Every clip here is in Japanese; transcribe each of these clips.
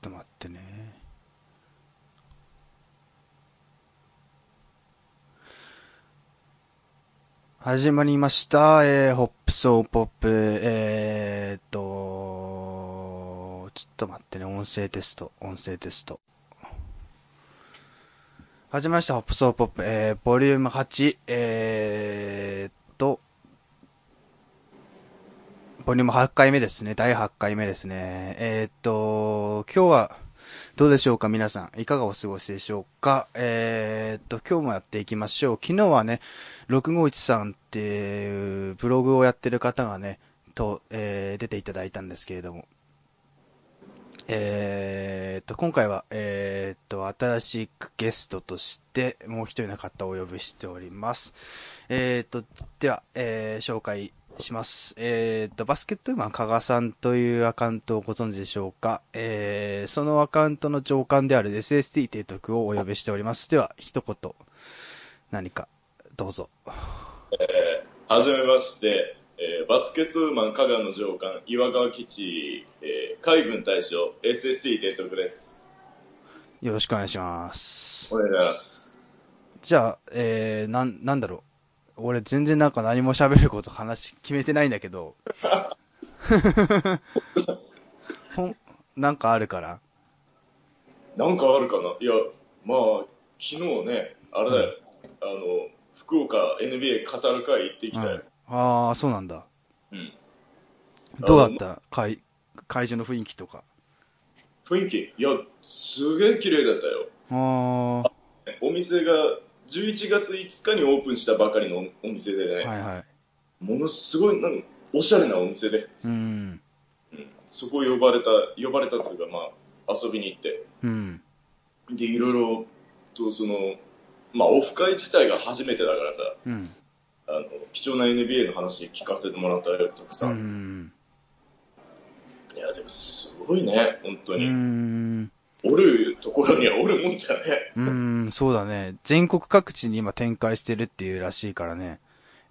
ってね。始まりました。えー、ホップソーポップ、えーっと、ちょっと待ってね、音声テスト、音声テスト。始まりました、ホップソーポップ、えー、ボリューム8、えーっと、ボリューム8回目ですね、第8回目ですね。えーっと、今日は、どうでしょうか皆さん、いかがお過ごしでしょうかえーっと、今日もやっていきましょう。昨日はね、651さんっていうブログをやってる方がね、と、えー出ていただいたんですけれども。えーっと、今回は、えーっと、新しくゲストとして、もう一人の方をお呼びしております。えーっと、では、えー紹介します。えーっと、バスケットウーマン加賀さんというアカウントをご存知でしょうかえーそのアカウントの長官である SST 提督をお呼びしております。では、一言、何か、どうぞ。えーはじめまして、えーバスケットウーマン香川の上官岩川基地、えー海軍大将 SST 提督ですよろしくお願いしますお。願いしますじゃあ、えー、なん、なんだろう。俺全然なんか何も喋ること話決めてないんだけど。 ほん、なんかあるから。なんかあるかないやまあ昨日ねあれだよ、あの福岡 NBA 語る会行ってきたよ、ああ、そうなんだ。うんどうだった会、会場の雰囲気とか。雰囲気いやすげえ綺麗だったよあお店が11月5日にオープンしたばかりのお店であ、ね、はいはい。ものすごいなんかおしゃれなお店でうん。そこ呼ばれた、呼ばれたっつうか、まあ、遊びに行って。うん。で、いろいろと、その、まあ、オフ会自体が初めてだからさ、うん。あの、貴重な NBA の話聞かせてもらったよ、たくうさん。ん。いや、でもすごいね、本当うに。ん。おるところにはおるもんじゃね。うん、そうだね。全国各地に今展開してるっていうらしいからね。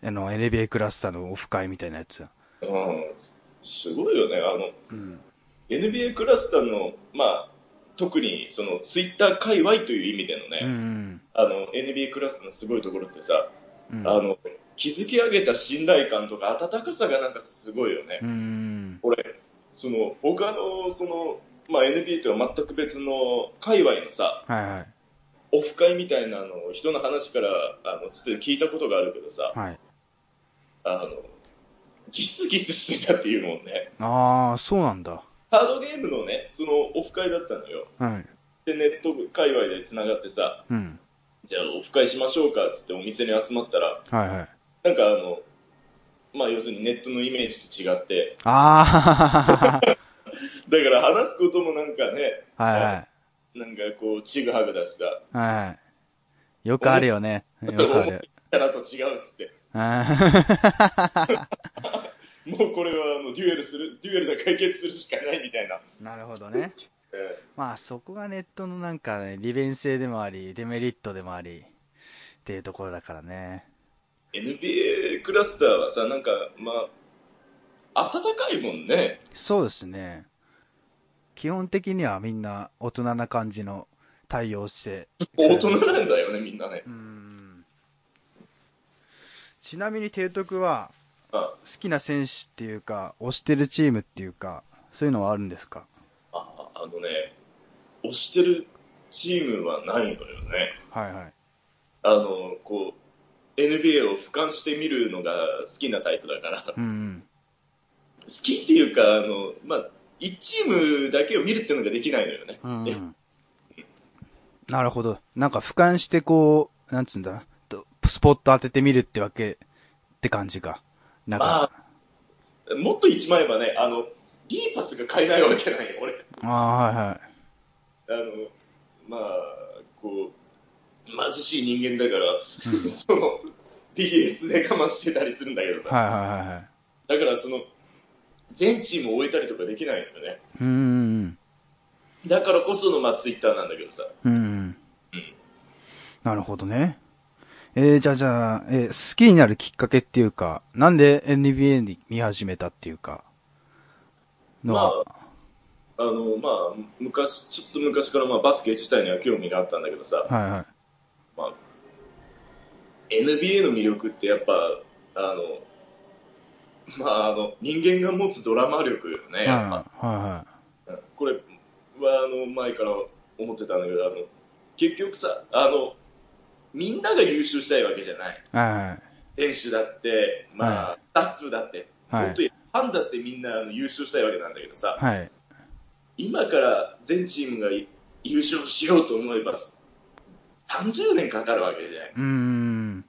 あの、NBA クラスターのオフ会みたいなやつ。うん。すごいよね、あの、うん。 NBA クラスターの、まあ、特に、その、ツイッター界隈という意味でのね、うん。あの、NBA クラスのすごいところってさ、うん。あの、築き上げた信頼感とか温かさがなんかすごいよねう。ん。俺、その、他の、その、まあ、NBA とは全く別の界隈のさ、はいはい。オフ会みたいなのを人の話から、あの、つって聞いたことがあるけどさ、はい。あの、ギスギスしてたっていうもんね。ああ、そうなんだ。カードゲームのね、そのオフ会だったのよ。はい。で、ネット界隈で繋がってさ、うん。じゃあオフ会しましょうかっつってお店に集まったら、はいはい。なんかあの、まあ要するにネットのイメージと違って、あだから話すこともなんかね、あ、 はいはい。なんかこう、ちぐはぐだしさ、はいはい。よくあるよね。よくある。キャラと違うっつって、あもうこれはあのデュエルする、デュエルで解決するしかないみたいな。ーなるほどね。えまあそこがネットのなんかね、利便性でもあり、デメリットでもあり、っていうところだからね。ー NBA クラスターはさ、なんか、まあ、暖かいもんね。そうですね。基本的にはみんな大人な感じの対応をして大人なんだよね、みんなね。うーんちなみに提督は、あ好きな選手っていうか、推してるチームっていうか、そういうのはあるんですかああのね、推してるチームはないのよね。はいはい。あの、こう、NBA を俯瞰して見るのが好きなタイプだから、好うんきっていうか、あの、まあ、1チームだけを見るってのができないのよね。うん。うん。なるほど。なんか俯瞰してこう、なんつうんだ、とスポット当ててみるってわけって感じか。なんか、もっと言っちまえばね、あの、リーパスが買えないわけないよ、俺。ああー、はいはい。あの、まあ、こう、貧しい人間だから、その、DS で我慢してたりするんだけどさ。はいはいはいはい。だからその、全チームを終えたりとかできないんだよね。うーん。だからこその、まあ、ツイッターなんだけどさ。うん。なるほどね。えー、じゃあじゃあ、えー好きになるきっかけっていうか、なんで NBA に見始めたっていうか、のは、まあの、まあ、昔、ちょっと昔から、まあ、バスケ自体には興味があったんだけどさ、はいはい。まあ、NBA の魅力ってやっぱ、あの、まあ、あの、人間が持つドラマ力よね、はいやっぱ。はいはこれはあの前から思ってたんだけどあの結局さあのみんなが優秀したいわけじゃないい。はいはい。選手だって、まあはスタッフだって、はい本当にファンだってみんなあの優勝したいわけなんだけどさはい。今から全チームがい優勝しようと思えば30年かかるわけじゃないうーん。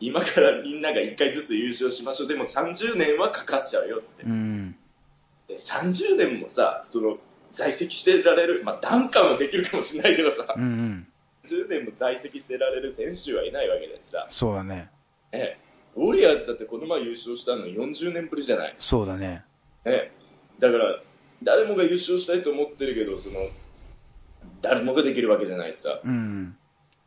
今からみんなが1回ずつ優勝しましょうでも30年はかかっちゃうよっつってうん。で30年もさその在籍してられる、まあ、ダンカンもできるかもしれないけどさ、うんうん。 10年も在籍してられる選手はいないわけだしさ、そうだね。ね、ウォリアーズだってこの前優勝したの40年ぶりじゃない、そうだね。ね、だから誰もが優勝したいと思ってるけどその誰もができるわけじゃないしさうん。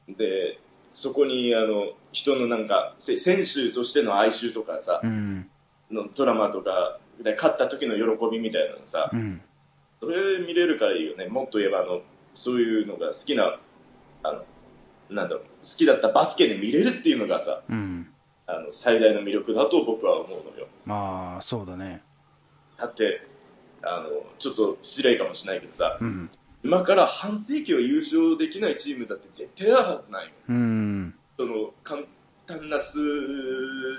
でそこにあの人のなんかせ選手としての哀愁とかさうん。のドラマとかで勝った時の喜びみたいなのさうん。それ見れるからいいよねもっと言えばあのそういうのが好きなあのなんだろう好きだったバスケで見れるっていうのがさうん。あの最大の魅力だと僕は思うのよ。まあ、そうだね。だってあのちょっと失礼かもしれないけどさうん。今から半世紀は優勝できないチームだって絶対あるはずないようん。その簡単な数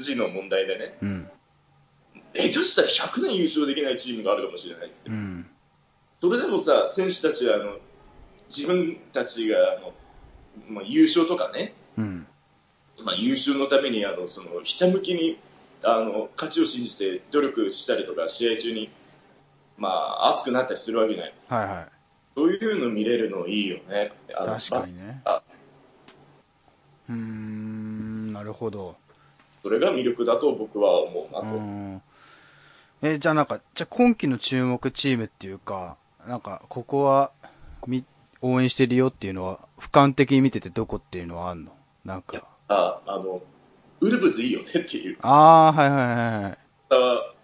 字の問題でねうん。下手したら100年優勝できないチームがあるかもしれないですうよ、ん。それでもさ選手たちはあの自分たちがあの、まあ、優勝とかね、うん。まあ、優勝のためにあのそのひたむきにあの勝ちを信じて努力したりとか試合中に、まあ、熱くなったりするわけないはいはい。そういうの見れるのいいよねあの確かにねあ。うーん、なるほど。それが魅力だと僕は思ううなと、ん。え、じゃあなんか、じゃあ今期の注目チームっていうか、なんか、ここは、み、応援してるよっていうのは、俯瞰的に見ててどこっていうのはあんのなんか。ああのウルブズいいよねっていうああ、はいはいはいはい。あ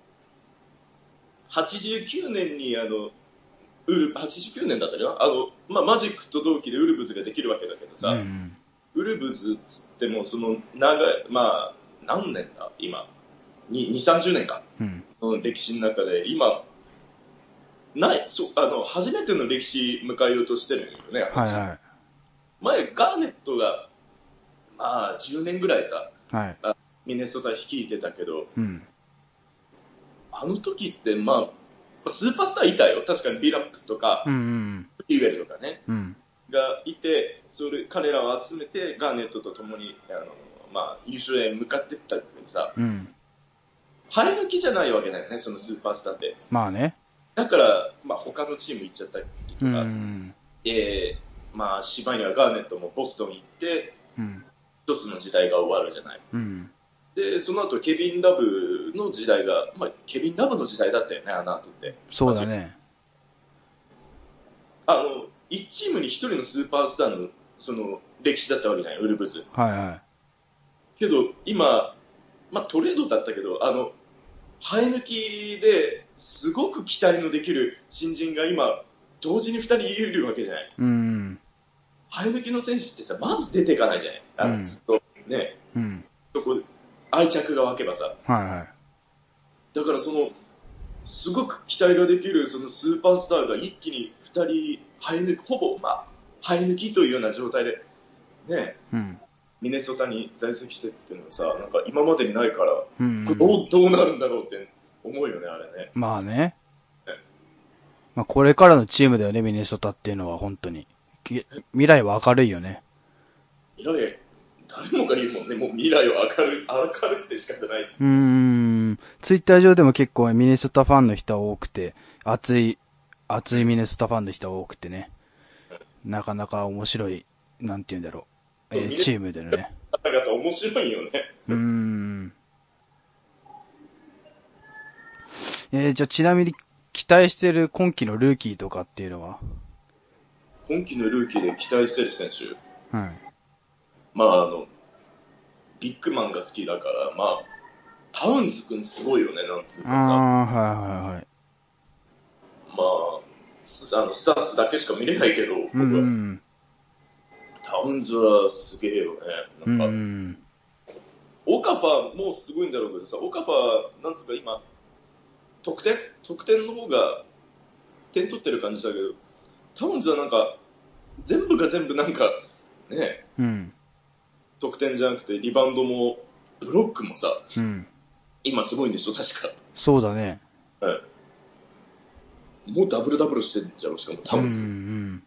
89年にあのウル89年だったかなあの、まあ、マジックと同期でウルブズができるわけだけどさ、うんウルブズっつってもその長いまあ何年だ今2 3 0年かうん。うん。の歴史の中で今ないそうあの初めての歴史迎えようとしてるよね、はいは前ガーネットがまあ10年ぐらいさい。はい。ミネソタ率いてたけどうん。あの時ってまあスーパースターいたよ確かにビラップスとかうんうんフリーウェルとかねうん。うん。がいてそれ彼らを集めてガーネットと共にあの、まあ、優勝へ向かってったけどさうん。生え抜きじゃないわけだよねそのスーパースターってまあね。だから、まあ、他のチーム行っちゃったりとうか、ん。で、まあ、芝居にはガーネットもボストン行って、うん。一つの時代が終わるじゃない。うん。で、その後、ケビン・ラブの時代が、まあ、ケビン・ラブの時代だったよね、あの後って。そうだね。あの、1チームに1人のスーパースターの、その、歴史だったわけじゃない、ウルブズ。はいはけど、今、まあ、トレードだったけど、あの、生え抜きですごく期待のできる新人が今、同時に2人いるわけじゃない。い。うん。生え抜きの選手ってさ、まず出ていかないじゃない。あうんの、ずっと、ね、うん。そこ愛着が湧けばさはいはい。だからそのすごく期待ができるそのスーパースターが一気に2人生え抜きほぼ、まあ、生え抜きというような状態で、ね、うん。ミネソタに在籍してっていうのはさなんか今までにないからこうんれ。どうどうなるんだろうって思うよねあれねまあね。まあこれからのチームだよね、ミネソタっていうのは本当に。き未来は明るいよね。未来誰もが言うもんねもう未来は明るい明るくて仕方ないですうーん。ツイッター上でも結構ミネソタファンの人は多くて、熱い、熱いミネソタファンの人は多くてね。なかなか面白い、なんて言うんだろう。えーチームだよね。方々面白いよねうーん。えーじゃあちなみに期待してる今季のルーキーとかっていうのは今季のルーキーで期待してる選手はい。まああの、ビッグマンが好きだから、まあ、タウンズ君すごいよね、なんつうあかさ。あ、はいはいはい。まあ、すあのスタッツだけしか見れないけど、う僕はんうん。タウンズはすげえよね。うなんんか、うん。オカパもすごいんだろうけどさ、オカパ、なんつうか今、得点得点の方が点取ってる感じだけど、タウンズはなんか、全部が全部なんか、ね、うん。得点じゃなくて、リバウンドも、ブロックもさ、うん。今すごいんでしょ、確そうだね。か。はい。もうダブルダブルしてんじゃろ、しかも、タうんウうン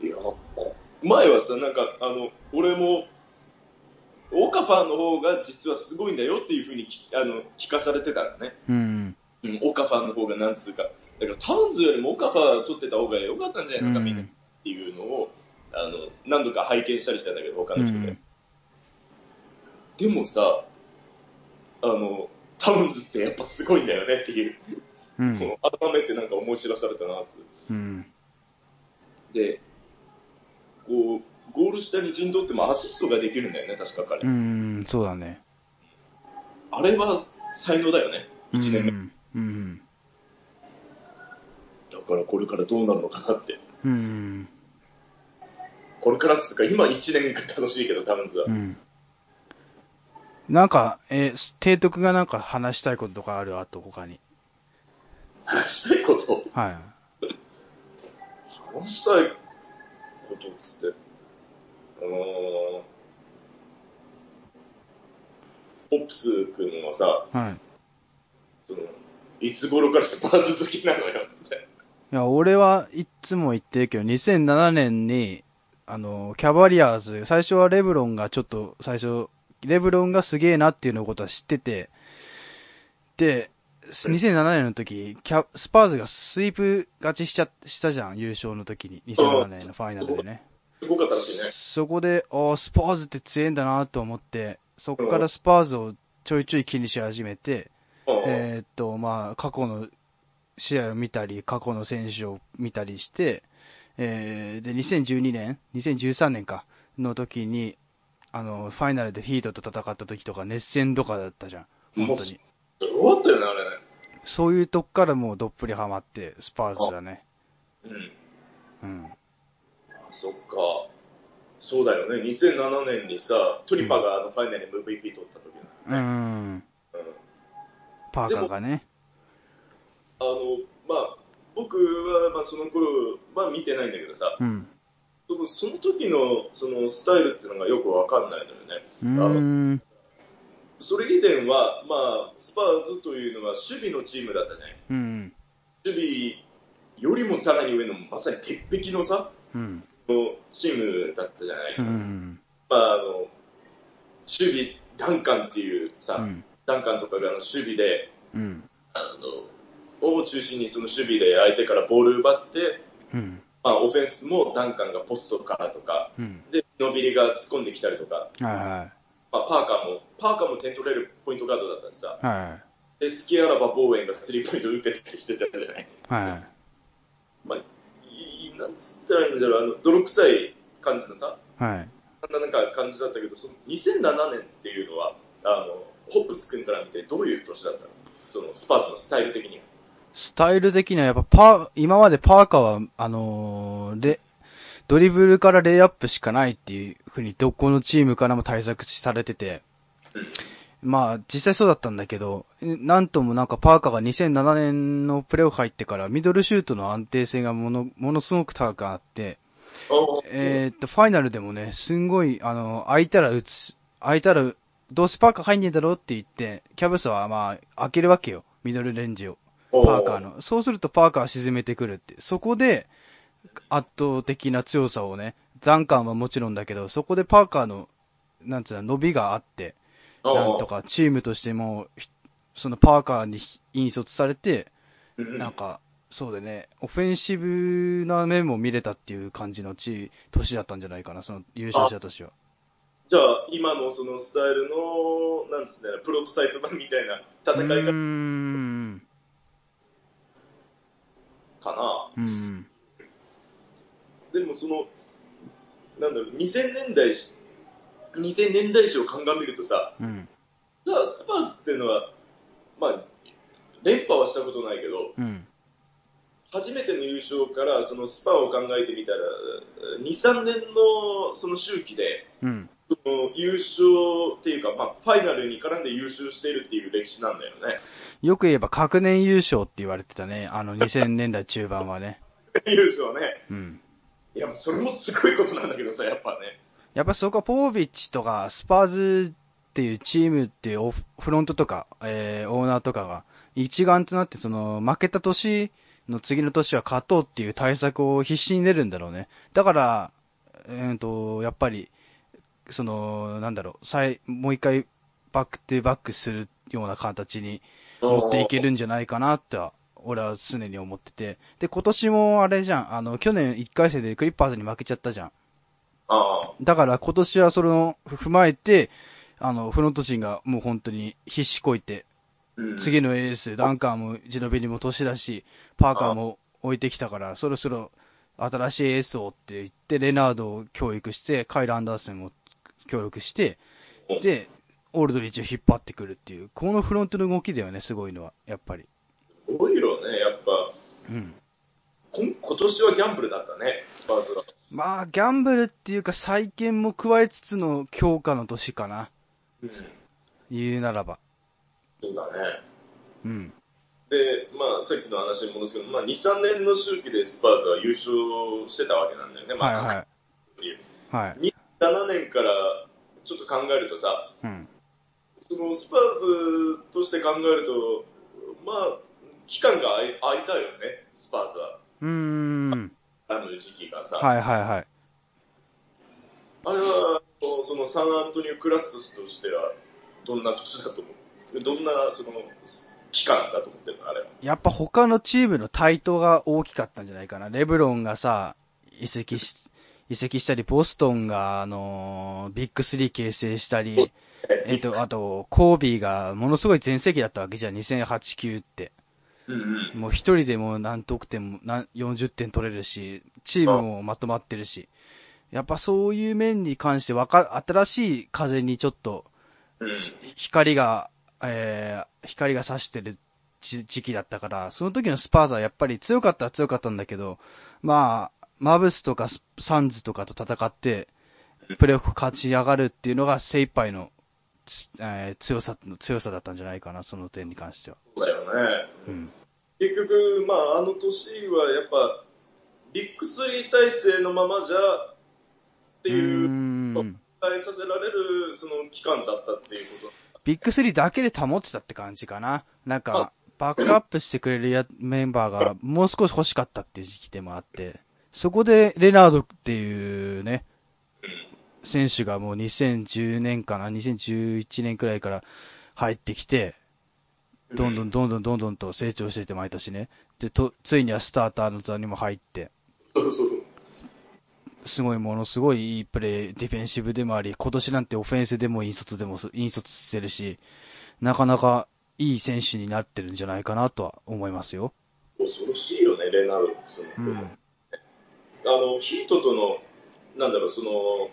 ズ。ん。いや、こ前はさ、なんか、あの、俺も、オカパの方が実はすごいんだよっていうふうにきあの聞かされてたのね。うんうん、オカファの方がなんつうか、だからタウンズよりもオカファ取ってた方が良かったんじゃうないのか、みんなっん。ていうのをあの何度か拝見したりしたんだけど、他うの人でん。。でもさあの、タウンズってやっぱすごいんだよねっていう、うもん。う改めてなんか思い知らされたなつううん。でこう、ゴール下に陣取ってもアシストができるんだよね、確か彼。うん。そうだね。あれは才能だよね、1年目。うん。うん。だからこれからどうなるのかなって。うん。これからっつうか、今1年が楽しいけど、タウンズはう。ん。なんか、えー、提督がなんか話したいこととかあるあと他に。話したいことはい。話したいことっつって、あのー、ポップス君はさ、はい。その、いつ頃からスパーズ好きなのよって。いや、俺はいつも言ってるけど、2007年に、あの、キャバリアーズ、最初はレブロンがちょっと、最初、レブロンがすげえなっていうのことは知ってて、で、す2007年の時、キャスパーズがスイープ勝ちしちゃしたじゃん、優勝の時に。2007年のファイナルでね。すごかったらしいね。そこで、ああ、スパーズって強いんだなと思って、そこからスパーズをちょいちょい気にし始めて、うんえーっと、まあ、過去の試合を見たり、過去の選手を見たりして、えーで、2012年、2013年か、の時に、あの、ファイナルでヒートと戦った時とか、熱戦とかだったじゃん。も本う当に。すごかったよね、あれね。そういうとこからもうどっぷりハマって、スパーズだね。うん。うん。あそっか。そうだよね。2007年にさ、トリパがあのファイナル MVP 取った時うの、ね。ん。うん。パーカーがね。あの、まあ、僕は、まあ、その頃は見てないんだけどさ、うん。でもその時のそのスタイルっていうのがよくわかんないのよね。うーん。それ以前は、まあ、スパーズというのは守備のチームだったじゃない。うん。守備よりもさらに上の、まさに鉄壁のさ、うん。のチームだったじゃない。うん。まあ、あの、守備、ダンカンっていうさ、うん。ダンカンとかがあの守備で、うん。あの、を中心にその守備で相手からボール奪って、うん。まあ、オフェンスもダンカンがポストからとか、うん。で、ノビリが突っ込んできたりとか、はいはまあ、パーカーも、パーカーも点取れるポイントガードだったしさ、い。はで、スキアラバボーエンがスリーポイント打ってたりしてたじゃない。い。はい。まあ、いい、なんつったらいいんだろう、あの、泥臭い感じのさ、はい。あんななんか感じだったけど、その2007年っていうのは、あの、ホップス君から見てどういう年だったのその、スパーズのスタイル的には。スタイル的にはやっぱパー、今までパーカーは、あのーレ、ドリブルからレイアップしかないっていうふうにどこのチームからも対策されてて、まあ実際そうだったんだけど、なんともなんかパーカーが2007年のプレーオフ入ってからミドルシュートの安定性がもの、ものすごく高くあって、えーっと、ファイナルでもね、すんごい、あの、空いたら打つ、空いたら、どうせパーカー入んねえだろって言って、キャブスはまあ開けるわけよ、ミドルレンジを。おパーカー。の。そうするとパーカーは沈めてくるって。そこで、圧倒的な強さをね、ダンカンはもちろんだけど、そこでパーカーの、なんつうの、伸びがあって、おーなんと。かチームとしても、ひそのパーカーに引率されて、おーなんか、そうだね、オフェンシブな面も見れたっていう感じのち年だったんじゃないかな、その優勝した年は。じゃあ、今のそのスタイルの、なんつったらいいの、プロトタイプ版みたいな戦ういー方ん。かな。うん。でもその、なんだろう、2000年代、2000年代史を鑑みるとさ、うん。さスパーズっていうのは、まあ、連覇はしたことないけど、うん。初めての優勝からそのスパを考えてみたら、2、3年のその周期で、うん。その優勝っていうか、まあ、ファイナルに絡んで優勝しているっていう歴史なんだよね。 よく言えば、各年優勝って言われてたね。あの、2000年代中盤はね。優勝はね。うん。いや、それもすごいことなんだけどさ、やっぱね。やっぱそこはポービッチとか、スパーズっていうチームっていうオフフロントとか、えーオーナーとかが、一丸となって、その、負けた年の次の年は勝とうっていう対策を必死に出るんだろうね。だから、えー、と、やっぱり、その、なんだろう、再、もう一回、バックトゥバックするような形に持っていけるんじゃないかなっては、俺は常に思ってて。で、今年もあれじゃん、あの、去年1回戦でクリッパーズに負けちゃったじゃん。ああ。だから今年はそれを踏まえて、あの、フロント陣がもう本当に必死こいて、うん、次のエース、ダンカーもジノビリも年だし、パーカーも置いてきたから、そろそろ新しいエースをって言って、レナードを教育して、カイル・アンダーセンも協力して、で、オールドリッジを引っ張ってくるっていう、このフロントの動きだよね、すごいのは、やっぱり。オイロね、やっぱ、うん。こん今年はギャンブルだったね、スパーズは。まあ、ギャンブルっていうか、再建も加えつつの強化の年かな、うん、言うならば。そうだね。うん。で、まあ、さっきの話に戻すけど、まあ、2、3年の周期でスパーズは優勝してたわけなんだよね。まはいあ、はっていうい。はい。 7年からちょっと考えるとさ、うん。そのスパーズとして考えると、まあ、期間が空い空いたよね、スパーズは。うーん。あの時期がさ。はいはいはい。あれは、そのサンアントニオ・クラスとしては、どんな年だと思うどんな、その、期間だと思ってるのあれは。やっぱ他のチームの対等が大きかったんじゃないかな。レブロンがさ、移籍し、移籍したり、ボストンが、あのービッグスリー形成したり、えっ、と、あと、コービーがものすごい全盛期だったわけじゃん、2008、9って。うんうん。もう一人でもう何得点も、何40点取れるし、チームもまとまってるし。やっぱそういう面に関して、わか、新しい風にちょっと、うん。光が、えー光が差してる時時期だったから、その時のスパーズはやっぱり強かったは強かったんだけど、まあ、マブスとかスサンズとかと戦って、プレーオフ勝ち上がるっていうのが精一杯の、つえー強さの強さだったんじゃないかな、その点に関しては。そうだよね。うん。結局、まあ、あの年はやっぱ、ビッグスリー体制のままじゃ、っていーう、ん期待させられる、その期間だったっていうこビッグ3だけで保ってたって感じかな。なんか、バックアップしてくれるやメンバーがもう少し欲しかったっていう時期でもあって、そこでレナードっていうね、選手がもう2010年かな、2011年くらいから入ってきて、と。どんどんどんどんどんどんと成長してて毎年ね。で、と、ついにはスターターの座にも入って、そうそうそう。すごいものすごいいいプレー、ディフェンシブでもあり、今年なんてオフェンスでも引率でもす、引率してるし、なかなかいい選手になってるんじゃないかなとは思いますよ。恐ろしいよね、レナルドっていうのはあの、ヒートとの、なんだろう、その、は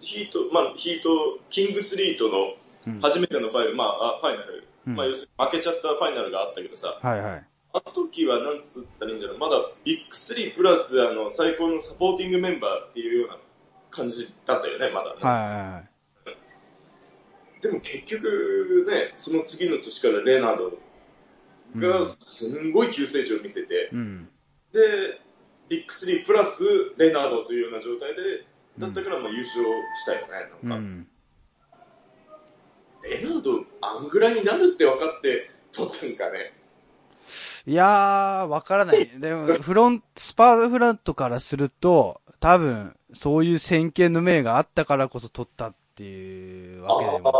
ヒート、まあ、ヒート、キングスリーとのうん初めてのファイル、まあ、あファイナル、うんまあ、要するに負けちゃったファイナルがあったけどさ、はいはい。あの時は、なんつったらいいんだろう、まだビッグスリープラス、あの、最高のサポーティングメンバーっていうような感じだったよね、まだね。はいはいはい。でも結局ね、その次の年からレナードうがんすんごい急成長を見せて、うん。で、ビッグスリープラスレナードというような状態で、だったからもう優勝したよね、うなんか。ん。レナード、あんぐらいになるって分かって取ったんかね。いやー、わからない。でも、フロン、スパーフラットからすると、多分、そういう先見の明があったからこそ取ったっていうわけでも、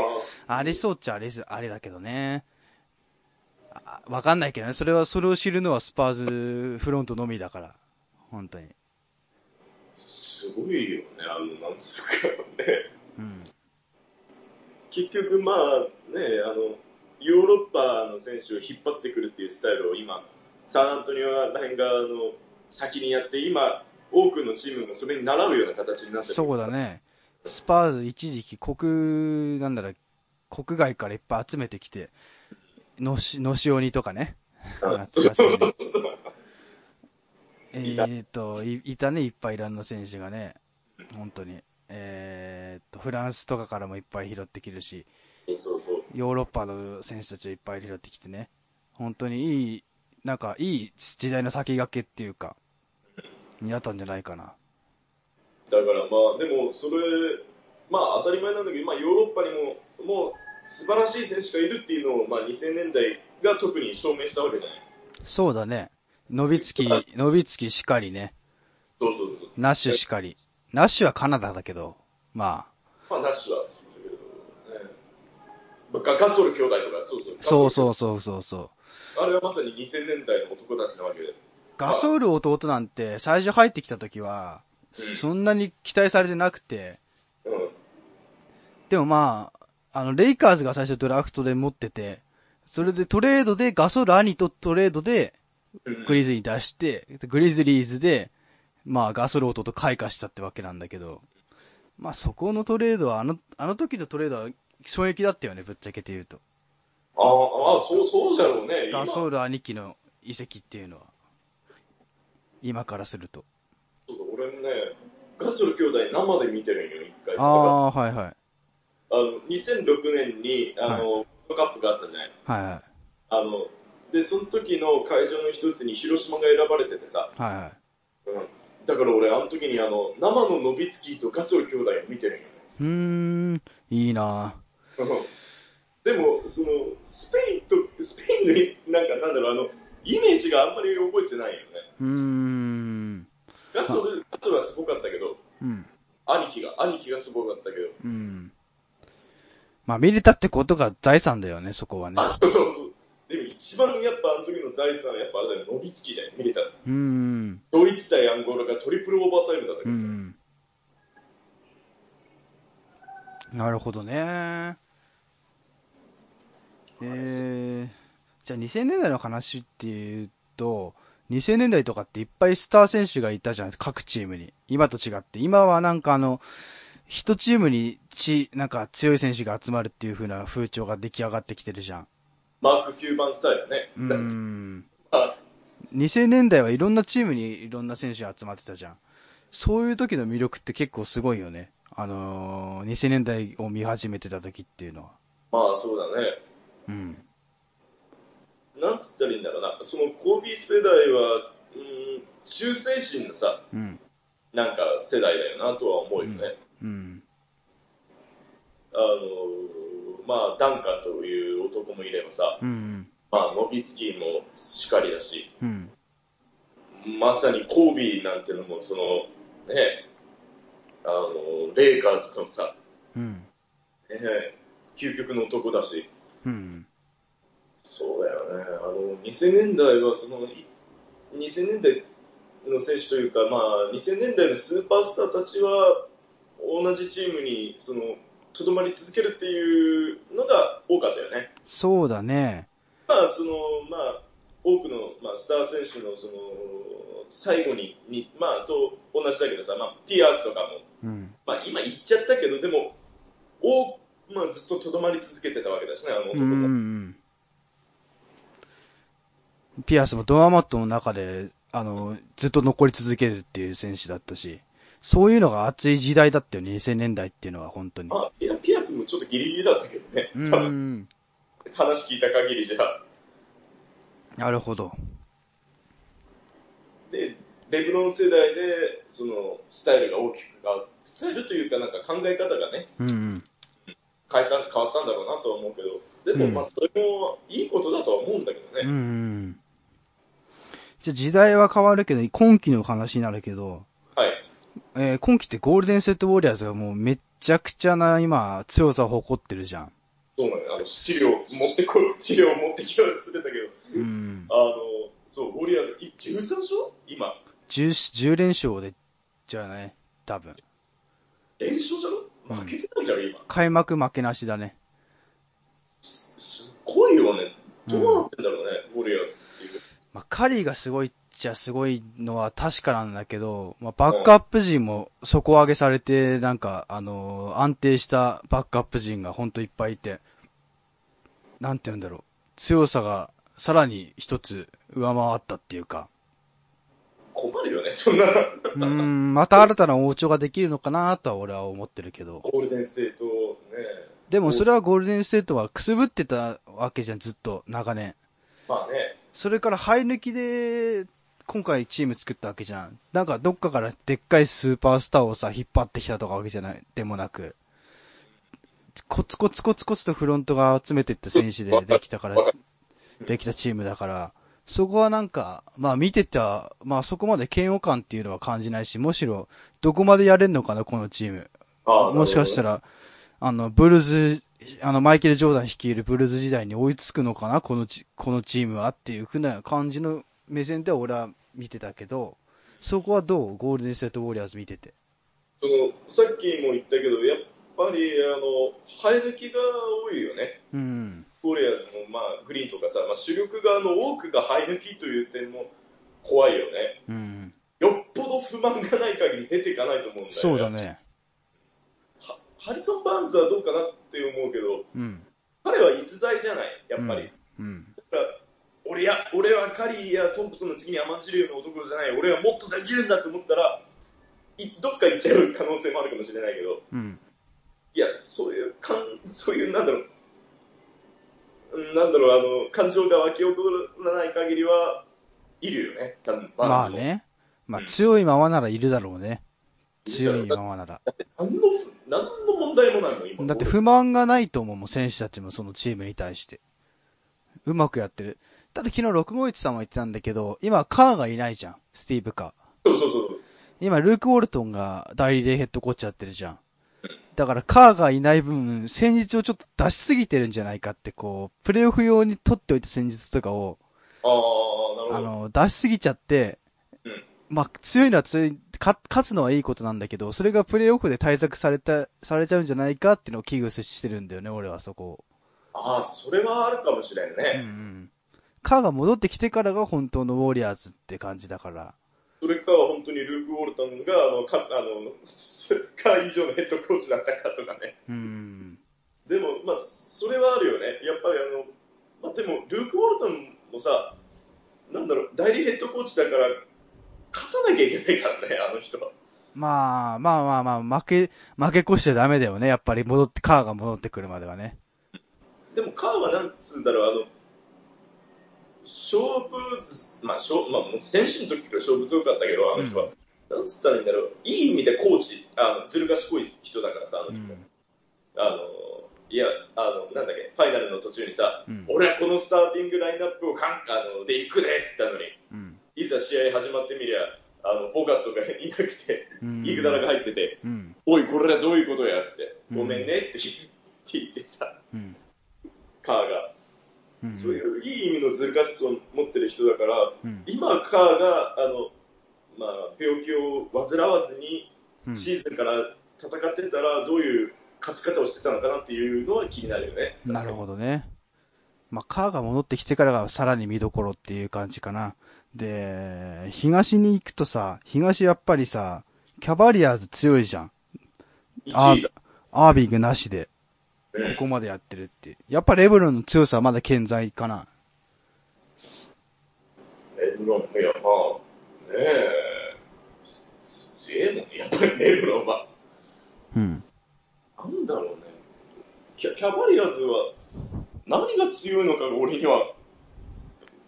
ありそうっちゃありそうあれだけどね。あわかんないけどね。それは、それを知るのはスパーズフロントのみだから。本当に。すごいよね、あの、なんつうかね。うん。結局、まあね、あの、ヨーロッパの選手を引っ張ってくるっていうスタイルを今、サンアントニオらへんがあの先にやって、今、多くのチームもそれに習うような形になってるそうだ。ね。スパーズ一時期国、なんだろう、国外からいっぱい集めてきて、のし、のしおにとかね。懐かしいね。えーっと、いいたね、いっぱいイランの選手がね、本当に。えーっと、フランスとかからもいっぱい拾ってきるし、そうそうそう。ヨーロッパの選手たちをいっぱい拾ってきてね、本当にいい、なんかいい時代の先駆けっていうか、になったんじゃないかな。だからまあ、でもそれ、まあ当たり前なんだけど、まあヨーロッパにも、もう素晴らしい選手がいるっていうのを、まあ2000年代が特に証明したわけじゃない。そうだね。ノビ ツキ、ノビツキしかりね、そうそうそう。ナッシュしかり。ナッシュはカナダだけど、まあ、まあナッシュはそうだけど、ねまあガガソル兄弟とか、そうそう。そうう。そうそうそうそう。あれはまさに2000年代の男たちなわけで。ガソール弟なんて最初入ってきた時は、そんなに期待されてなくて、うん。でもまあ、あの、レイカーズが最初ドラフトで持ってて、それでトレードでガソール兄とトレードでうんグリズリーに出して、グリズリーズで、まあガソール弟と開花したってわけなんだけど、まあそこのトレードは、あの、あの時のトレードは衝撃だったよね、ぶっちゃけて言うと。ああ、あそう、そうじゃろうね。今ガソール兄貴の遺跡っていうのは、今からすると。ちょっと俺ね、ガソル兄弟生で見てるんよ、一回。あああー、はいはい。の2006年に、あの、ワールドカップがあったじゃない。はいはい。あの、で、その時の会場の一つに広島が選ばれててさ、はいはい。うん。だから俺、あの時に、あの、生のノビツキーとガソル兄弟を見てるんよね。うーん、いいなうんでも、その、スペインと、スペインの、なんか、なんだろう、あの、イメージがあんまり覚えてないよね。ぁうーん、ガソル、ガソルはすごかったけど、うん、兄貴が、兄貴がすごかったけど、うん。まあ見れたってことが財産だよね、そこはね。あ、そうそうそう。でも一番やっぱあの時の財産はやっぱあれだよ、伸びつきだよ、見れた。うーん、ドイツ対アンゴラがトリプルオーバータイムだったけうどさ、ん。なるほどね。えー、じゃあ2000年代の話っていうと、2000年代とかっていっぱいスター選手がいたじゃん、各チームに。今と違って。今はなんかあの、一チームにち、なんか強い選手が集まるっていう風な風潮が出来上がってきてるじゃん。マーク9番スタイルね。うん。あ2000年代はいろんなチームにいろんな選手が集まってたじゃん。そういう時の魅力って結構すごいよね。あのー、2000年代を見始めてた時っていうのは。まあそうだね。うん。なんつったらいいんだろうな、そのコービー世代は、うーん、忠誠心のさ、うん。なんか世代だよなとは思うよね。うん。あのー、まあダンカンという男もいればさ、うん。まあノビツキもしかりだし、うん。まさにコービーなんてのも、その、ね、あの、レイカーズとのさ、うん。ね、究極の男だし、うん。そうだよね、あの、2000年代は、その、い2000年代の選手というか、まあ、2000年代のスーパースターたちは、同じチームに、その、とどまり続けるっていうのが多かったよね。そうだね。まあ、その、まあ、多くの、まあ、スター選手の、その、最後に、にまあ、と同じだけどさ、まあ、ピアーズとかも、うん。まあ、今言っちゃったけど、でも、おまあ、ずっととどまり続けてたわけだしね、あのう男んうんうも。ん。ピアスもドアマットの中で、あの、ずっと残り続けるっていう選手だったし、そういうのが熱い時代だったよね、2000年代っていうのは本当に。まあ、ピアピアスもちょっとギリギリだったけどね、う多分ん。話聞いた限りじゃ。なるほど。で、レブロン世代で、その、スタイルが大きく変わっスタイルというか、なんか考え方がね、うんうん。変えた、変わったんだろうなとは思うけど、でも、うんまあ、それもいいことだとは思うんだけどうんうね。ん。じゃあ時代は変わるけど、今期の話になるけど、はい。えー今期ってゴールデンステートウォリアーズがもうめちゃくちゃな今強さを誇ってるじゃん。そうなのよ。あの、資料持ってこい、資料持ってきようとしてたけど、うん。あの、そう、ウォリアーズ、い13勝今、 10、10連勝で、じゃない多分。連勝じゃろ負けてないじゃん、今。開幕負けなしだね。すっごいよね。どうなってんだろうね、ウォリアーズっていう。まあ、カリーがすごいっちゃすごいのは確かなんだけど、まあ、バックアップ陣も底上げされて、なんか、あのー安定したバックアップ陣がほんといっぱいいて、なんて言うんだろう。強さがさらに一つ上回ったっていうか、困るよね、そんな。うーん、また新たな王朝ができるのかなとは俺は思ってるけど。ゴールデンステートね。でもそれはゴールデンステートはくすぶってたわけじゃん、ずっと、長年。まあね。それから生え抜きで、今回チーム作ったわけじゃん。なんかどっかからでっかいスーパースターをさ、引っ張ってきたとかわけじゃない、でもなく。コツコツコツコツとフロントが集めてった選手でできたから、できたチームだから、そこはなんか、まあ見てた、まあそこまで嫌悪感っていうのは感じないし、むしろ、どこまでやれんのかな、このチーム。ああもしかしたら。ら、あの、ブルーズ、あの、マイケル・ジョーダン率いるブルーズ時代に追いつくのかなこのチ、このチームはっていうふうな感じの目線では俺は見てたけど、そこはどうゴールデン・ステート・ウォリアーズ見てて。その、さっきも言ったけど、やっぱり、あの、生え抜きが多いよね。うん。ウォリアーズも、まあ、グリーンとかさ、まあ、主力側の多くが生え抜きという点も怖いよね。うん。よっぽど不満がない限り出ていかないと思うんだよね。そうだ。ね。ハハリソン・バーンズはどうかなって思うけど、うん。彼は逸材じゃない、やっぱり。うん。だから俺や俺はカリーやトンプソンの次にアマチュアの男じゃない、俺はもっとできるんだと思ったら、いどっか行っちゃう可能性もあるかもしれないけど、うん。いや、そういう、かんそういう、なんだろう、うんなんだろう、あの、感情が湧き起こらない限りは、いるよね、多分まバーあンズもね。まあ強いままならいるだろうね。強いままなら。何の、何の問題もないもん、今。だって俺不満がないと思うもん、選手たちもそのチームに対して。うまくやってる。ただ昨日651さんも言ってたんだけど、今カーがいないじゃん、スティーブカー。そうそうそう。今ルーク・ウォルトンが代理でヘッドコーチやってるじゃん。だからカーがいない分、戦術をちょっと出しすぎてるんじゃないかって、こう、プレイオフ用に取っておいた戦術とかを、ああ、なあるほど。の、出しすぎちゃってうん、まあ、強いのは強い、か勝つのはいいことなんだけど、それがプレイオフで対策された、されちゃうんじゃないかっていうのを危惧してるんだよね、俺はそこを。ああ、それはあるかもしれうんんうね。ん。カーが戻ってきてからが本当のウォリアーズって感じだから。それか、本当にルーク・ウォルトンが、あの、か、あの、すか以上のヘッドコーチだったかとかね。うん。でも、まあ、それはあるよね。やっぱりあの、まあでも、ルーク・ウォルトンもさ、なんだろう、代理ヘッドコーチだから、勝たなきゃいけないからね、あの人は。まあ、まあまあまあ、負け、負け越しちゃダメだよね。やっぱり戻って、カーが戻ってくるまではね。でも、カーはなんつうんだろう、あの、勝負、まあ、勝まあ、もう選手の時から勝負強かったけど、あの人は。なんつったらいいんだろう、いい意味でコーチ、あの、ずる賢い人だからさ、あうの人は。ん。あの、いや、あの、なんだっけ、ファイナルの途中にさ、うん。俺はこのスターティングラインナップをかんあので行くねっつったのに、うん。いざ試合始まってみりゃ、あのボガットがいなくて、うんイグダラが入ってて、うん。おい、これらどういうことやっつって、うんごめんねって言ってさ、うん。カーが、うん。そういういい意味のずる賢さを持ってる人だから、うん。今、カーがあの、まあ、病気を患わずに、うんシーズンから戦ってたら、どういう勝ち方をしてたのかなっていうのは気になるよね。なるほどね。まあ、カーが戻ってきてからがさらに見どころっていう感じかな。で、東に行くとさ、東やっぱりさ、キャバリアーズ強いじゃん。 1位だ。アービングなしで。うんここまでやってるって。やっぱレブロンの強さはまだ健在かな。レブロン、いや、まあ、ねえ、す強えもんね、やっぱりレブロンは。うん。なんだろうね、キャキャバリアーズは何が強いのかが俺には、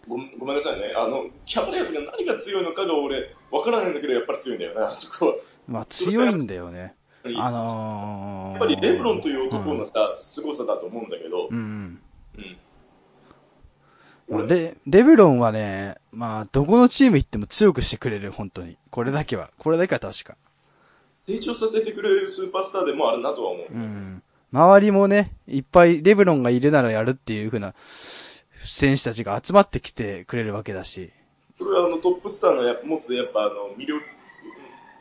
ごめんごめんなさいね、あの、キャバリアーズが何が強いのかが俺、わからないんだ けど、やっぱり強いんだよね、あそこは。まあ強いんだよね。あのー、やっぱりレブロンという男のんさ、凄さだと思うんだけど、うんうん。うんまあレ、レブロンはね、まあ、どこのチーム行っても強くしてくれる、本当に。これだけは。これだけは確か。成長させてくれるスーパースターでもあるなとは思う。うん。周りもね、いっぱいレブロンがいるならやるっていう風な選手たちが集まってきてくれるわけだし。これはあのトップスターのや持つやっぱあの魅力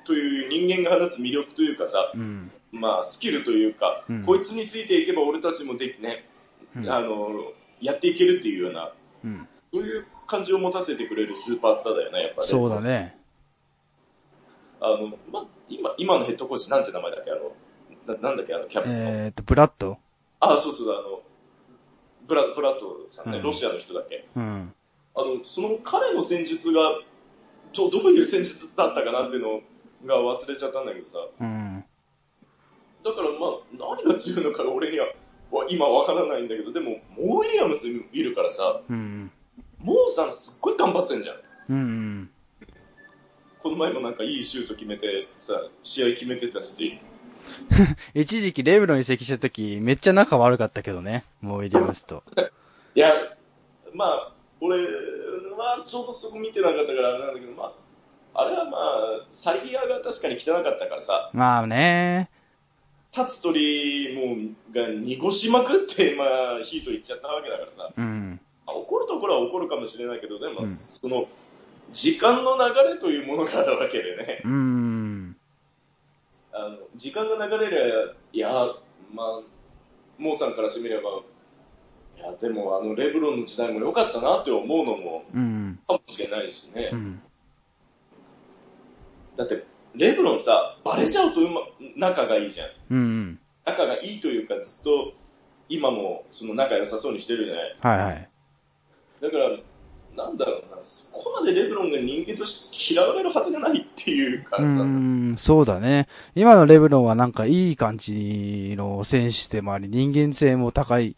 という人間が放つ魅力というかさ、うん。まあ、スキルというか、うんこいつについていけば俺たちもできね、うんあのやっていけるっていうようなうん。そういう感じを持たせてくれるスーパースターだよねやっぱりそうだね。あの、ま、今今のヘッドコーチなんて名前だっけあのななんだっけあのキャベツの、えーっと、ブラッドあそうそうあのブラブラッドさんね、うんロシアの人だっけうん。あのその彼の戦術がどどういう戦術だったかなっていうのが忘れちゃったんだけどさうん。だからまあ何が強いのか俺にはわ今わからないんだけどでもモー・ウィリアムスいるからさうん。モーさんすっごい頑張ってんじゃんうん。この前もなんかいいシュート決めてさ試合決めてたし一時期レブロン移籍した時、めっちゃ仲悪かったけどね。モー・ウィリアムスと。いやまあ俺はちょうどそこ見てなかったからあれなんだけどまああれはまあサリギアが確かに汚かったからさまあね。立つ鳥もうが濁しまくって、まあ、ヒート行っちゃったわけだからさ、うん。まあ怒るところは怒るかもしれないけど、でも、うんその時間の流れというものがあるわけでね、うん。あの時間が流れりゃ、いや、まあ、モーさんからしてみれば、いや、でも、あのレブロンの時代も良かったなって思うのもうん。かもしれないしね、うん。だって、レブロンさ、バレちゃうとう、ま、仲がいいじゃん。うん。仲がいいというか、ずっと今もその仲良さそうにしてるじゃない。はいはい。だから、なんだろうな、そこまでレブロンが人間として嫌われるはずがないっていうかうらさ、ん、そうだね。今のレブロンはなんかいい感じの選手でもあり、人間性も高い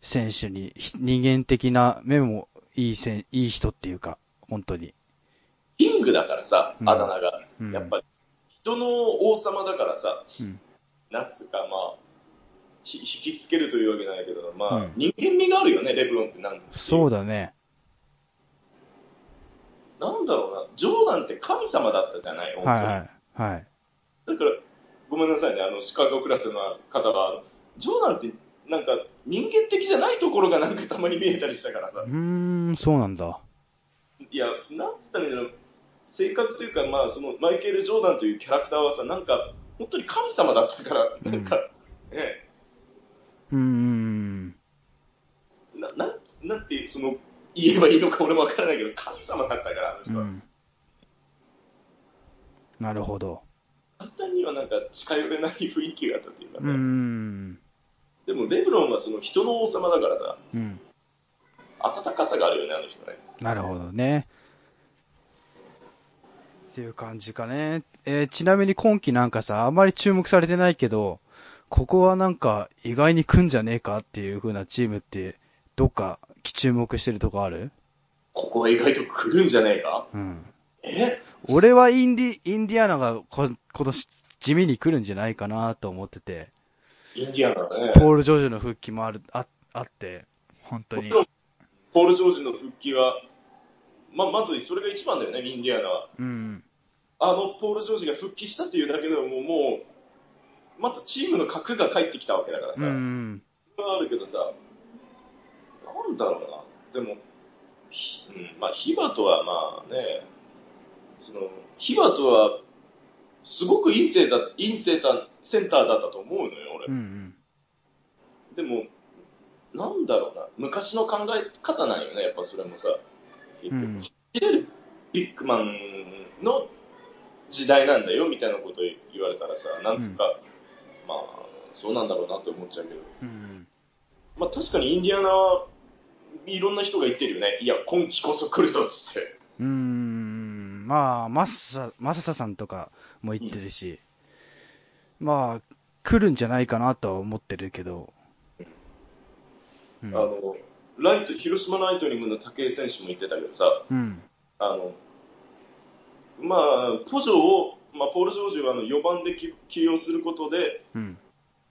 選手に、ひ人間的な目もいいせんいい人っていうか、本当に。キングだからさ、うんあだ名が、うん、やっぱり人の王様だからさ、うんなんつうか、まあ、ひ引きつけるというわけじゃないけど、まあ、うん人間味があるよね、レブロンってなんそうだ。だね。なんだろうな、ジョーダンって神様だったじゃない、本当に。はいはい。はい。だから、ごめんなさいね、あの、シカゴクラスの方は、ジョーダンって、なんか、人間的じゃないところがなんかたまに見えたりしたからさう、ーん、そうなんだ。いや、なんつったらいいんだろう、性格というか、まあ、そのマイケル・ジョーダンというキャラクターはさ、なんか、本当に神様だったから、うんなんか、ねうーん。ななんなんてその言えばいいのか俺もわからないけど、神様だったから、あのう人は。ん。なるほど。簡単にはなんか近寄れない雰囲気があったというかうーね、ん。でもレブロンはその人の王様だからさ、うん。温かさがあるよね、あの人ね。なるほどね。っていう感じかね。えーちなみに今季なんかさ、あんまり注目されてないけど、ここはなんか意外に来んじゃねえかっていう風なチームって、どっか注目してるとこあるここは意外と来るんじゃねえかうん。え俺はインディ、インディアナがこ今年地味に来るんじゃないかなと思ってて、インディアナだね。ポール・ジョージの復帰もある、あ、あって、本当もにち。ろん、ポール・ジョージの復帰は、まあ、まずそれが一番だよね、インディアナは。うん。あのポール・ジョージが復帰したっていうだけでももう、まずチームの核が返ってきたわけだからうさ、それん。はあるけどさ、なんだろうな、でも、ひうん、まあ、ヒバとはまあね、その、ヒバとは、すごくいいセンター、いいセンター、センターだったと思うのよ、俺。うんうん。でも、なんだろうな、昔の考え方なんよね、やっぱそれもさ。うんビッグマンの時代なんだよみたいなこと言われたらさ、なんつうか、まあ、そうなんだろうなって思っちゃうけど、うん。まあ確かにインディアナはいろんな人が言ってるよね。いや、今季こそ来るぞっつって。うーん、まあ、マッサ、マササさんとかも言ってるし、まあ、来るんじゃないかなとは思ってるけど、うん、あの、ライト、広島ライトニングの武井選手も言ってたけどさ、うん、あの、まあ、ポジョを、まあ、ポール・ジョージはあの4番で起起用することで、うん、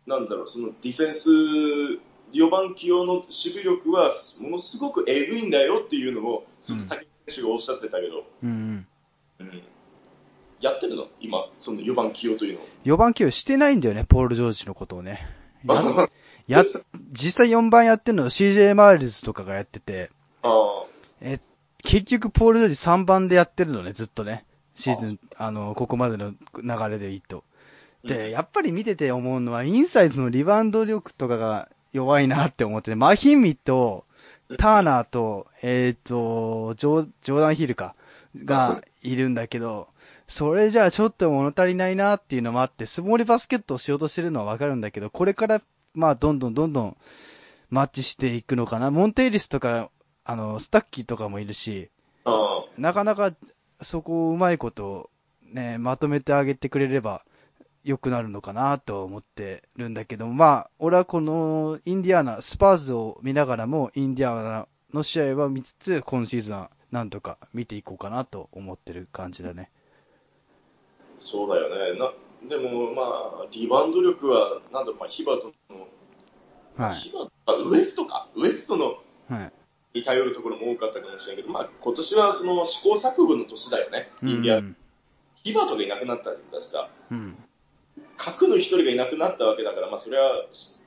なんだろう、そのディフェンス、4番起用の守備力はものすごくえぐいんだよっていうのを、その竹内選手がおっしゃってたけど、うんうん。やってるの今、その4番起用というのを。 4番起用してないんだよね、ポール・ジョージのことをね。 や、実際4番やってるのを CJ ・マイルズとかがやってて、あ結局ポール・ジョージ3番でやってるのね、ずっとね。シーズン、あの、ここまでの流れでいいと。で、やっぱり見てて思うのは、インサイドのリバウンド力とかが弱いなって思って、ね、マヒミと、ターナーと、えっ、と、ジョージョーダンヒルか、がいるんだけど、それじゃあちょっと物足りないなっていうのもあって、スモールバスケットをしようとしてるのはわかるんだけど、これから、まあ、どんどんどんどん、マッチしていくのかな。モンテイリスとか、あの、スタッキーとかもいるし、あなかなかそこをうまいこと、ね、まとめてあげてくれれば良くなるのかなと思ってるんだけど、まあ、俺はこのインディアーナ、スパーズを見ながらも、インディアーナの試合は見つつ、今シーズンはなんとか見ていこうかなと思ってる感じだね。ーそうだよね。なでも、まあ、リバウンド力は、なんだろう、まあ、ヒバトの、はヒバトあウエストか、ウエストのい。はい。に頼るところも多かったかもしれないけど、まあ、今年はその試行錯誤の年だよね、インディアうナ。ん。ヒバトがいなくなったんだしさ、うん。核の一人がいなくなったわけだから、まあ、それは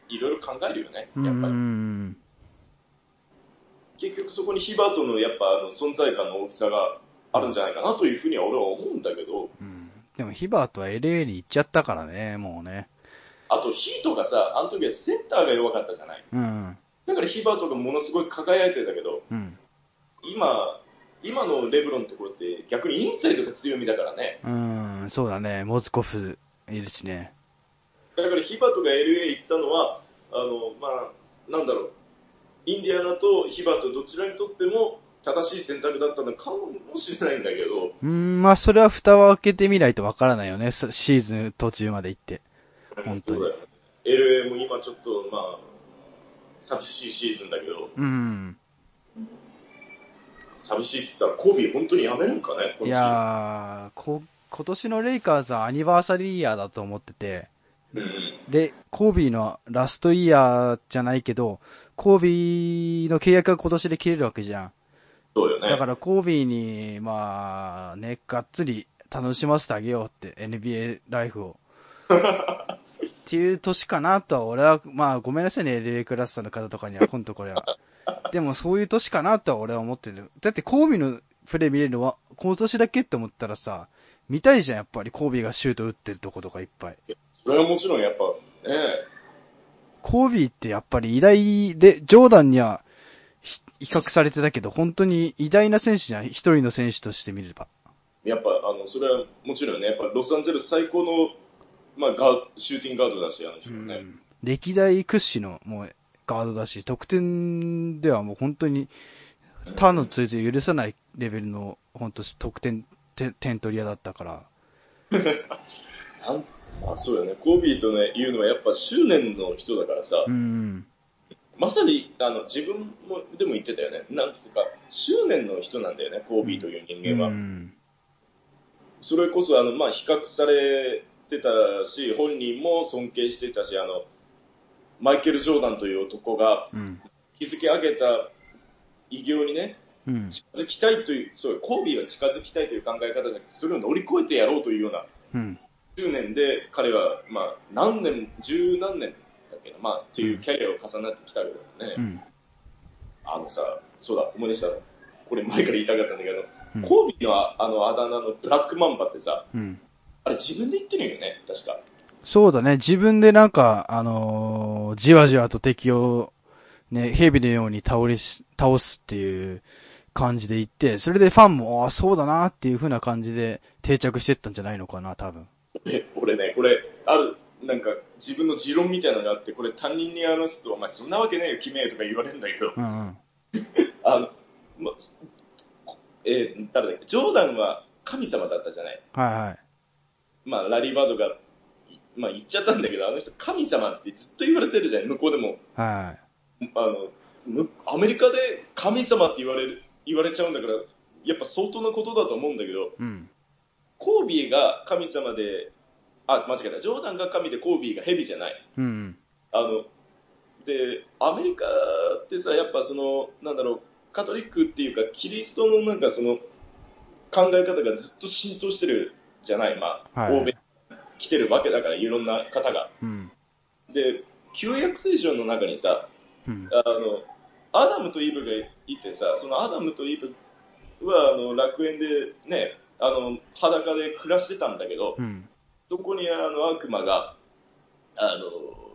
いろいろ考えるよね、うんやっぱうり。ん。結局そこにヒバトのやっぱあの存在感の大きさがあるんじゃないかなというふうには俺は思うんだけど、うんでも、ヒバートは LA に行っちゃったからね、もうね。あとヒートがさ、あの時はセンターが弱かったじゃない。うん。だからヒバトがものすごい輝いてたけど、うん。今、今のレブロンのところって逆にインサイドが強みだからね。うん、そうだね。モズコフいるしね。だからヒバトが LA 行ったのは、あの、まあ、なんだろう、インディアナとヒバトどちらにとっても正しい選択だったのかもしれないんだけど、うん、まあ、それは蓋を開けてみないとわからないよね。そシーズン途中まで行って。本当にそうだよね LA も今ちょっと、まあ、寂しいシーズンだけど、うん。寂しいって言ったらコビー本当にやめるんかね、こいのシーズンやー、こ、今年のレイカーズはアニバーサリーイヤーだと思ってて、うんレ、コービーのラストイヤーじゃないけど、コービーの契約が今年で切れるわけじゃん。そうよね。だからコービーに、まあ、ね、がっつり楽しませてあげようって、NBA ライフを。っていう年かなとは、俺は、まあ、ごめんなさいね、LA クラスターの方とかには、ほんとこれは。でも、そういう年かなとは俺は思ってる。だって、コービーのプレー見れるのは、この年だけって思ったらさ、見たいじゃん、やっぱり、コービーがシュート打ってるとことかいっぱい。それはもちろんやっぱ、ねコービーってやっぱり偉大で、ジョーダンにはひ比較されてたけど、本当に偉大な選手じゃん、一人の選手として見れば。やっぱ、あの、それはもちろんね、やっぱロサンゼルス最高の、まあ、ガーシューティングガードだし、あの人もね。歴代屈指のもうガードだし、得点ではもう本当に他の追随を許さないレベルの本当得点て点取り屋だったから。なんあそうだね、コービーとね、いうのはやっぱ執念の人だからさ、うん。まさにあの自分もでも言ってたよね、なんつうか、執念の人なんだよね、コービーという人間は。うん。それこそあの、まあ、比較されてたし、本人も尊敬してたし、あのマイケル・ジョーダンという男がうん。日付上げた偉業にね、うん。近づきたいという、そうコービーが近づきたいという考え方じゃなくて、それを乗り越えてやろうというようなうん。 10年で彼は、まあ、何年、十何年だっけな、まあ、っていうキャリアを重なってきたけどね、うん。あのさ、そうだ、思い出した、これ前から言いたかったんだけど、うんコービーのああのあだ名のブラックマンバってさ、うん。あれ自分で言ってるよね、確か。そうだね。自分でなんか、あのーじわじわと敵を、ね、蛇のように倒れし、倒すっていう感じで言って、それでファンも、ああ、そうだなっていう風な感じで定着してったんじゃないのかな、多分。で俺ね、これ、ある、なんか自分の持論みたいなのがあって、これ担任に話すと、お前そんなわけねえよ、決めえとか言われるんだけど、うんうん。あの、ま、えー誰だっけ、ジョーダンは神様だったじゃない。はいはい。まあ、ラリーバードが、いまあ、言っちゃったんだけど、あの人、神様ってずっと言われてるじゃん、向こうでも。はあのむアメリカで神様って言われる言われちゃうんだから、やっぱ相当なことだと思うんだけど、い。うん。コービーが神様で、あ、間違えた、ジョーダンが神でコービーが蛇じゃない。うん。あの、で、アメリカってさ、やっぱその、なんだろう、カトリックっていうか、キリストのなんかその、考え方がずっと浸透してるじゃない、まあ、はい欧米来てるわけだから、いろんな方が。うん。で、旧約聖書の中にさ、うん。あの、アダムとイブがいてさ、そのアダムとイブは、あの、楽園でね、あの、裸で暮らしてたんだけど、うん。そこにあの悪魔が、あ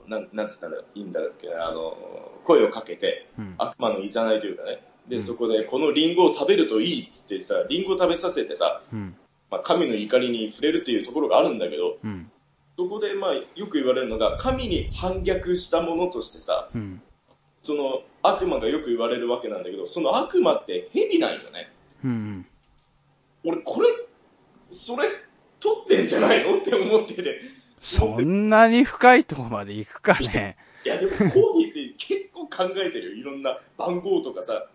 の、なん、なんつったらいいんだっけな、あの、声をかけて、うん。悪魔のいざないというかね、うで、んそこで、このリンゴを食べるといいっつってさ、リンゴを食べさせてさ、うん。まあ、神の怒りに触れるっていうところがあるんだけど、うん。そこで、まあ、よく言われるのが、神に反逆したものとしてさ、その悪魔がよく言われるわけなんだけどその悪魔って蛇なんよねうん俺これそれ取ってんじゃないのって思っててそんなに深いとこまで行くかね。いやでも講義って結構考えてるよいろんな番号とかさ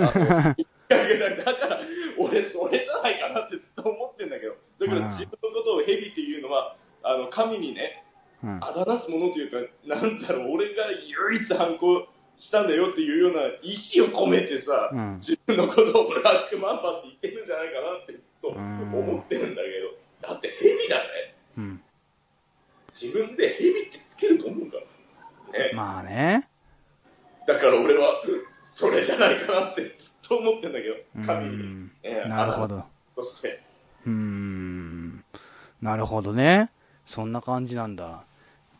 あといやいやだから俺それじゃないかなってずっと思ってんだけどだかうんら自分のことを蛇っていうのはあの神にねうん。あだなすものというか、なんだろう、俺が唯一反抗したんだよっていうような意思を込めてさ、うん。自分のことをブラックマンパって言ってるんじゃないかなってずっと思ってるんだけど、だってヘビだぜ。うん。自分でヘビってつけると思うから。ね。まあね。だから俺は、それじゃないかなってずっと思ってんだけうど、神に。ん。ええなるほ。ど。そして、うん。なるほどね。そんな感じなんだ。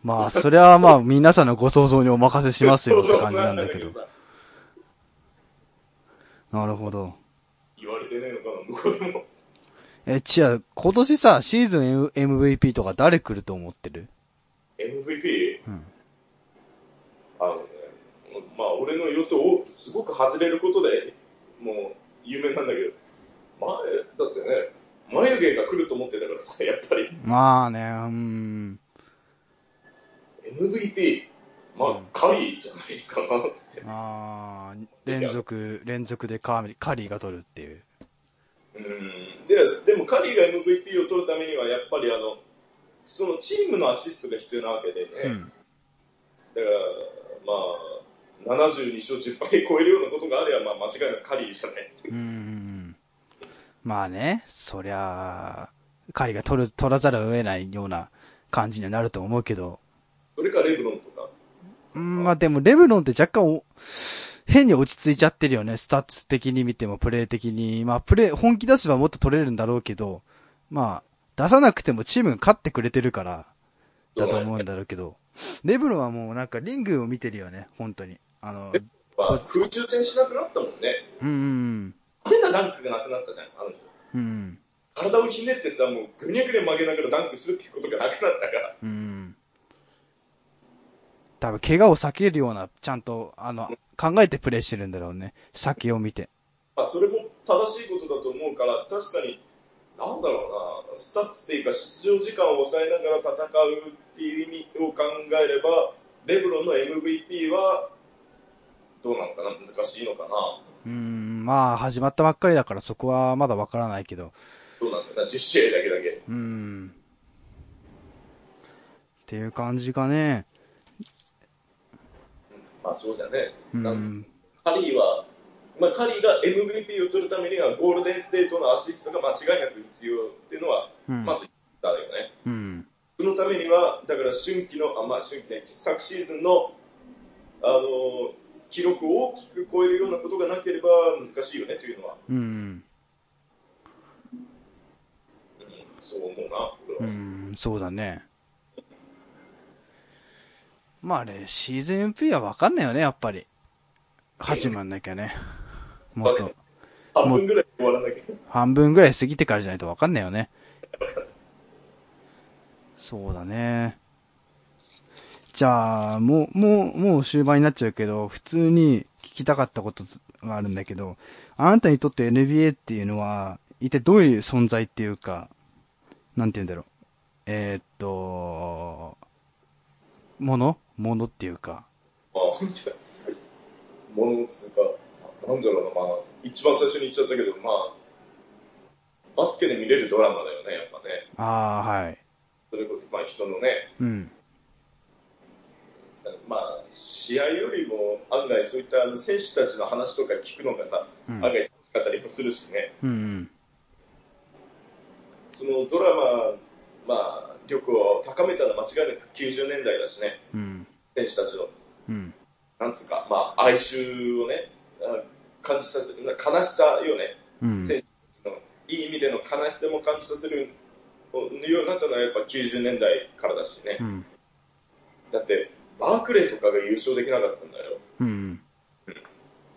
まあ、それはまあ、皆さんのご想像にお任せしますよって感じなんだけど。さなるほど。言われてねえのかな、向こうでも。え、ちや、今年さ、シーズン M- MVP とか誰来ると思ってる MVP? うん。あのね、まあ俺の予想をすごく外れることでもう有名なんだけど、前、だってね、眉毛が来ると思ってたからさ、やっぱりまあね、うん。 MVP、まあ、カリーじゃないかなっつって、あー連続、連続でカーリーカリーが取るっていう。うんで、でもカリーが MVP を取るためには、やっぱりあの、そのチームのアシストが必要なわけでね、うん。だから、まあ、72勝10敗超えるようなことがあれば、まあ、間違いなくカリーじゃない。うんうんうん。まあね、そりゃあ、カリーが取る、取らざるを得ないような感じにはなると思うけど。それかレブロンとか。うん、まあでも、レブロンって若干お変に落ち着いちゃってるよね。スタッツ的に見ても、プレー的に。まあ、プレー、本気出せばもっと取れるんだろうけど、まあ、出さなくてもチームが勝ってくれてるから、だと思うんだろうけど、レブロンはもうなんかリングを見てるよね、本当に。あの、まあ、空中戦しなくなったもんね。うんうん派手なダンクがなくなったじゃん、あの人。うん、うん体をひねってさ、もうぐにゃぐにゃ曲げながらダンクするっていうことがなくなったから。うん、うん。多分、怪我を避けるような、ちゃんと、あの、考えてプレーしてるんだろうね。先を見て。まあ、それも正しいことだと思うから、確かに、なんだろうな、スタッツっていうか出場時間を抑えながら戦うっていう意味を考えれば、レブロンの MVP は、どうなのかな、難しいのかな。うん、まあ、始まったばっかりだから、そこはまだわからないけど。どうなんだろうな、10試合だけだけ。うん。っていう感じかね。まあ、そうじゃね。うなんつん。カリーは、まあ、カリーが MVP を取るためには、ゴールデンステートのアシストが間違いなく必要っていうのは、うんまずだよね。うん。そのためには、だから春季の、あ、まあ春季ね、昨シーズンの、あのー記録を大きく超えるようなことがなければ難しいよねというのは、うん。うん、そう思うな。うん、そうだね。まあね、シーズン MP はわかんないよね、やっぱり。始まんなきゃね。もっと、半分ぐらいで終わらなきゃ。半分ぐらい過ぎてからじゃないとわかんないよね。そうだね。じゃあ、もう、もう、もう終盤になっちゃうけど、普通に聞きたかったことがあるんだけど、あなたにとって NBA っていうのは、一体どういう存在っていうか、なんて言うんだろう。えーっと、ものものっていうか。まあ、じゃあものつうか、なんだろうな、まあ、一番最初に言っちゃったけど、まあ、バスケで見れるドラマだよね、やっぱね。ああ、はい。それこそ、まあ、人のね、うん。まあ、試合よりも案外そういったあの選手たちの話とか聞くのがさ、うん。案外楽しかったりもするしね。うんうん。そのドラマ、まあ、力を高めたのは間違いなく90年代だしね、うん。選手たちの、うん。なんつうか、まあ、哀愁をね、あ感じさせる、悲しさよね、うん。選手の、いい意味での悲しさも感じさせるようになったのは、やっぱ90年代からだしね、うん。だって、バークレーとかが優勝できなかったんだよ、うん。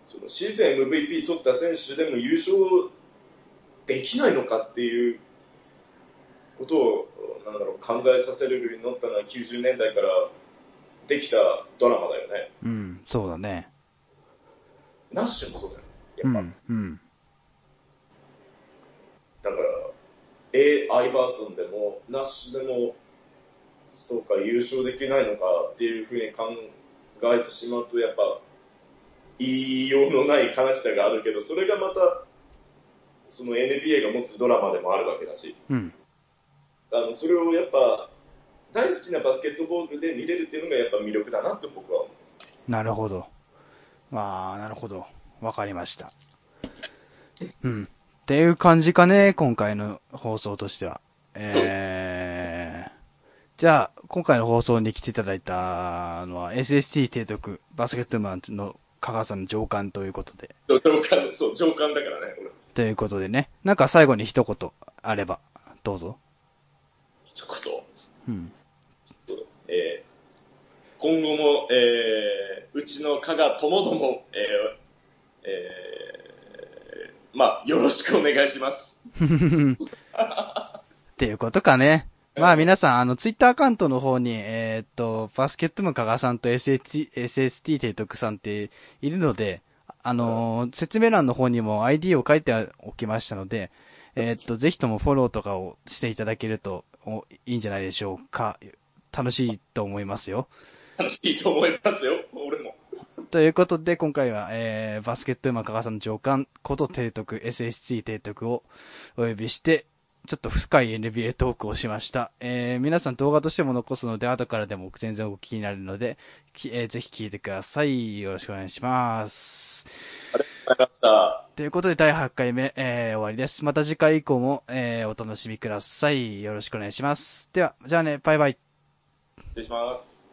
そのシーズン MVP 取った選手でも優勝できないのかっていうことをなんだろう考えさせるようになったのは90年代からできたドラマだよね。うん、そうだね。ナッシュもそうだよね。うやっぱ、ん、うん、だから、A ・アイバーソンでも、ナッシュでも、そうか、優勝できないのかっていうふうに考えてしまうと、やっぱ、言いようのない悲しさがあるけど、それがまた、その NBA が持つドラマでもあるわけだし、うん、あのそれをやっぱ、大好きなバスケットボールで見れるっていうのがやっぱ魅力だなって僕は思います。なるほど。ああ、なるほど。わかりました。うん。っていう感じかね、今回の放送としては。えー、じゃあ、今回の放送に来ていただいたのは、SST 提督、バスケットマンの香川さんの上官ということで。そう上官、そう、上官だからね、俺。ということでね。なんか最後に一言あれば、どうぞ。一言。うん。えー今後も、えーうちの加賀ともども、えーえーまあ、よろしくお願いします。っていうことかね。まあ皆さん、あの、ツイッターアカウントの方に、えーっと、バスケットム加賀さんと SH SST 提督さんっているので、あのー説明欄の方にも ID を書いておきましたので、えーっと、ぜひともフォローとかをしていただけるとおいいんじゃないでしょうか。楽しいと思いますよ。楽しいと思いますよ、俺も。ということで、今回は、えー、バスケットウーマン加賀さんの上官こと提督、SST 提督をお呼びして、ちょっと深い NBA トークをしました。えー、皆さん動画としても残すので、後からでも全然お聞きになるので、きえーぜひ聞いてください。よろしくお願いします。わかりました。ということで、第8回目、えー、終わりです。また次回以降も、えー、お楽しみください。よろしくお願いします。では、じゃあね、バイバイ。失礼します。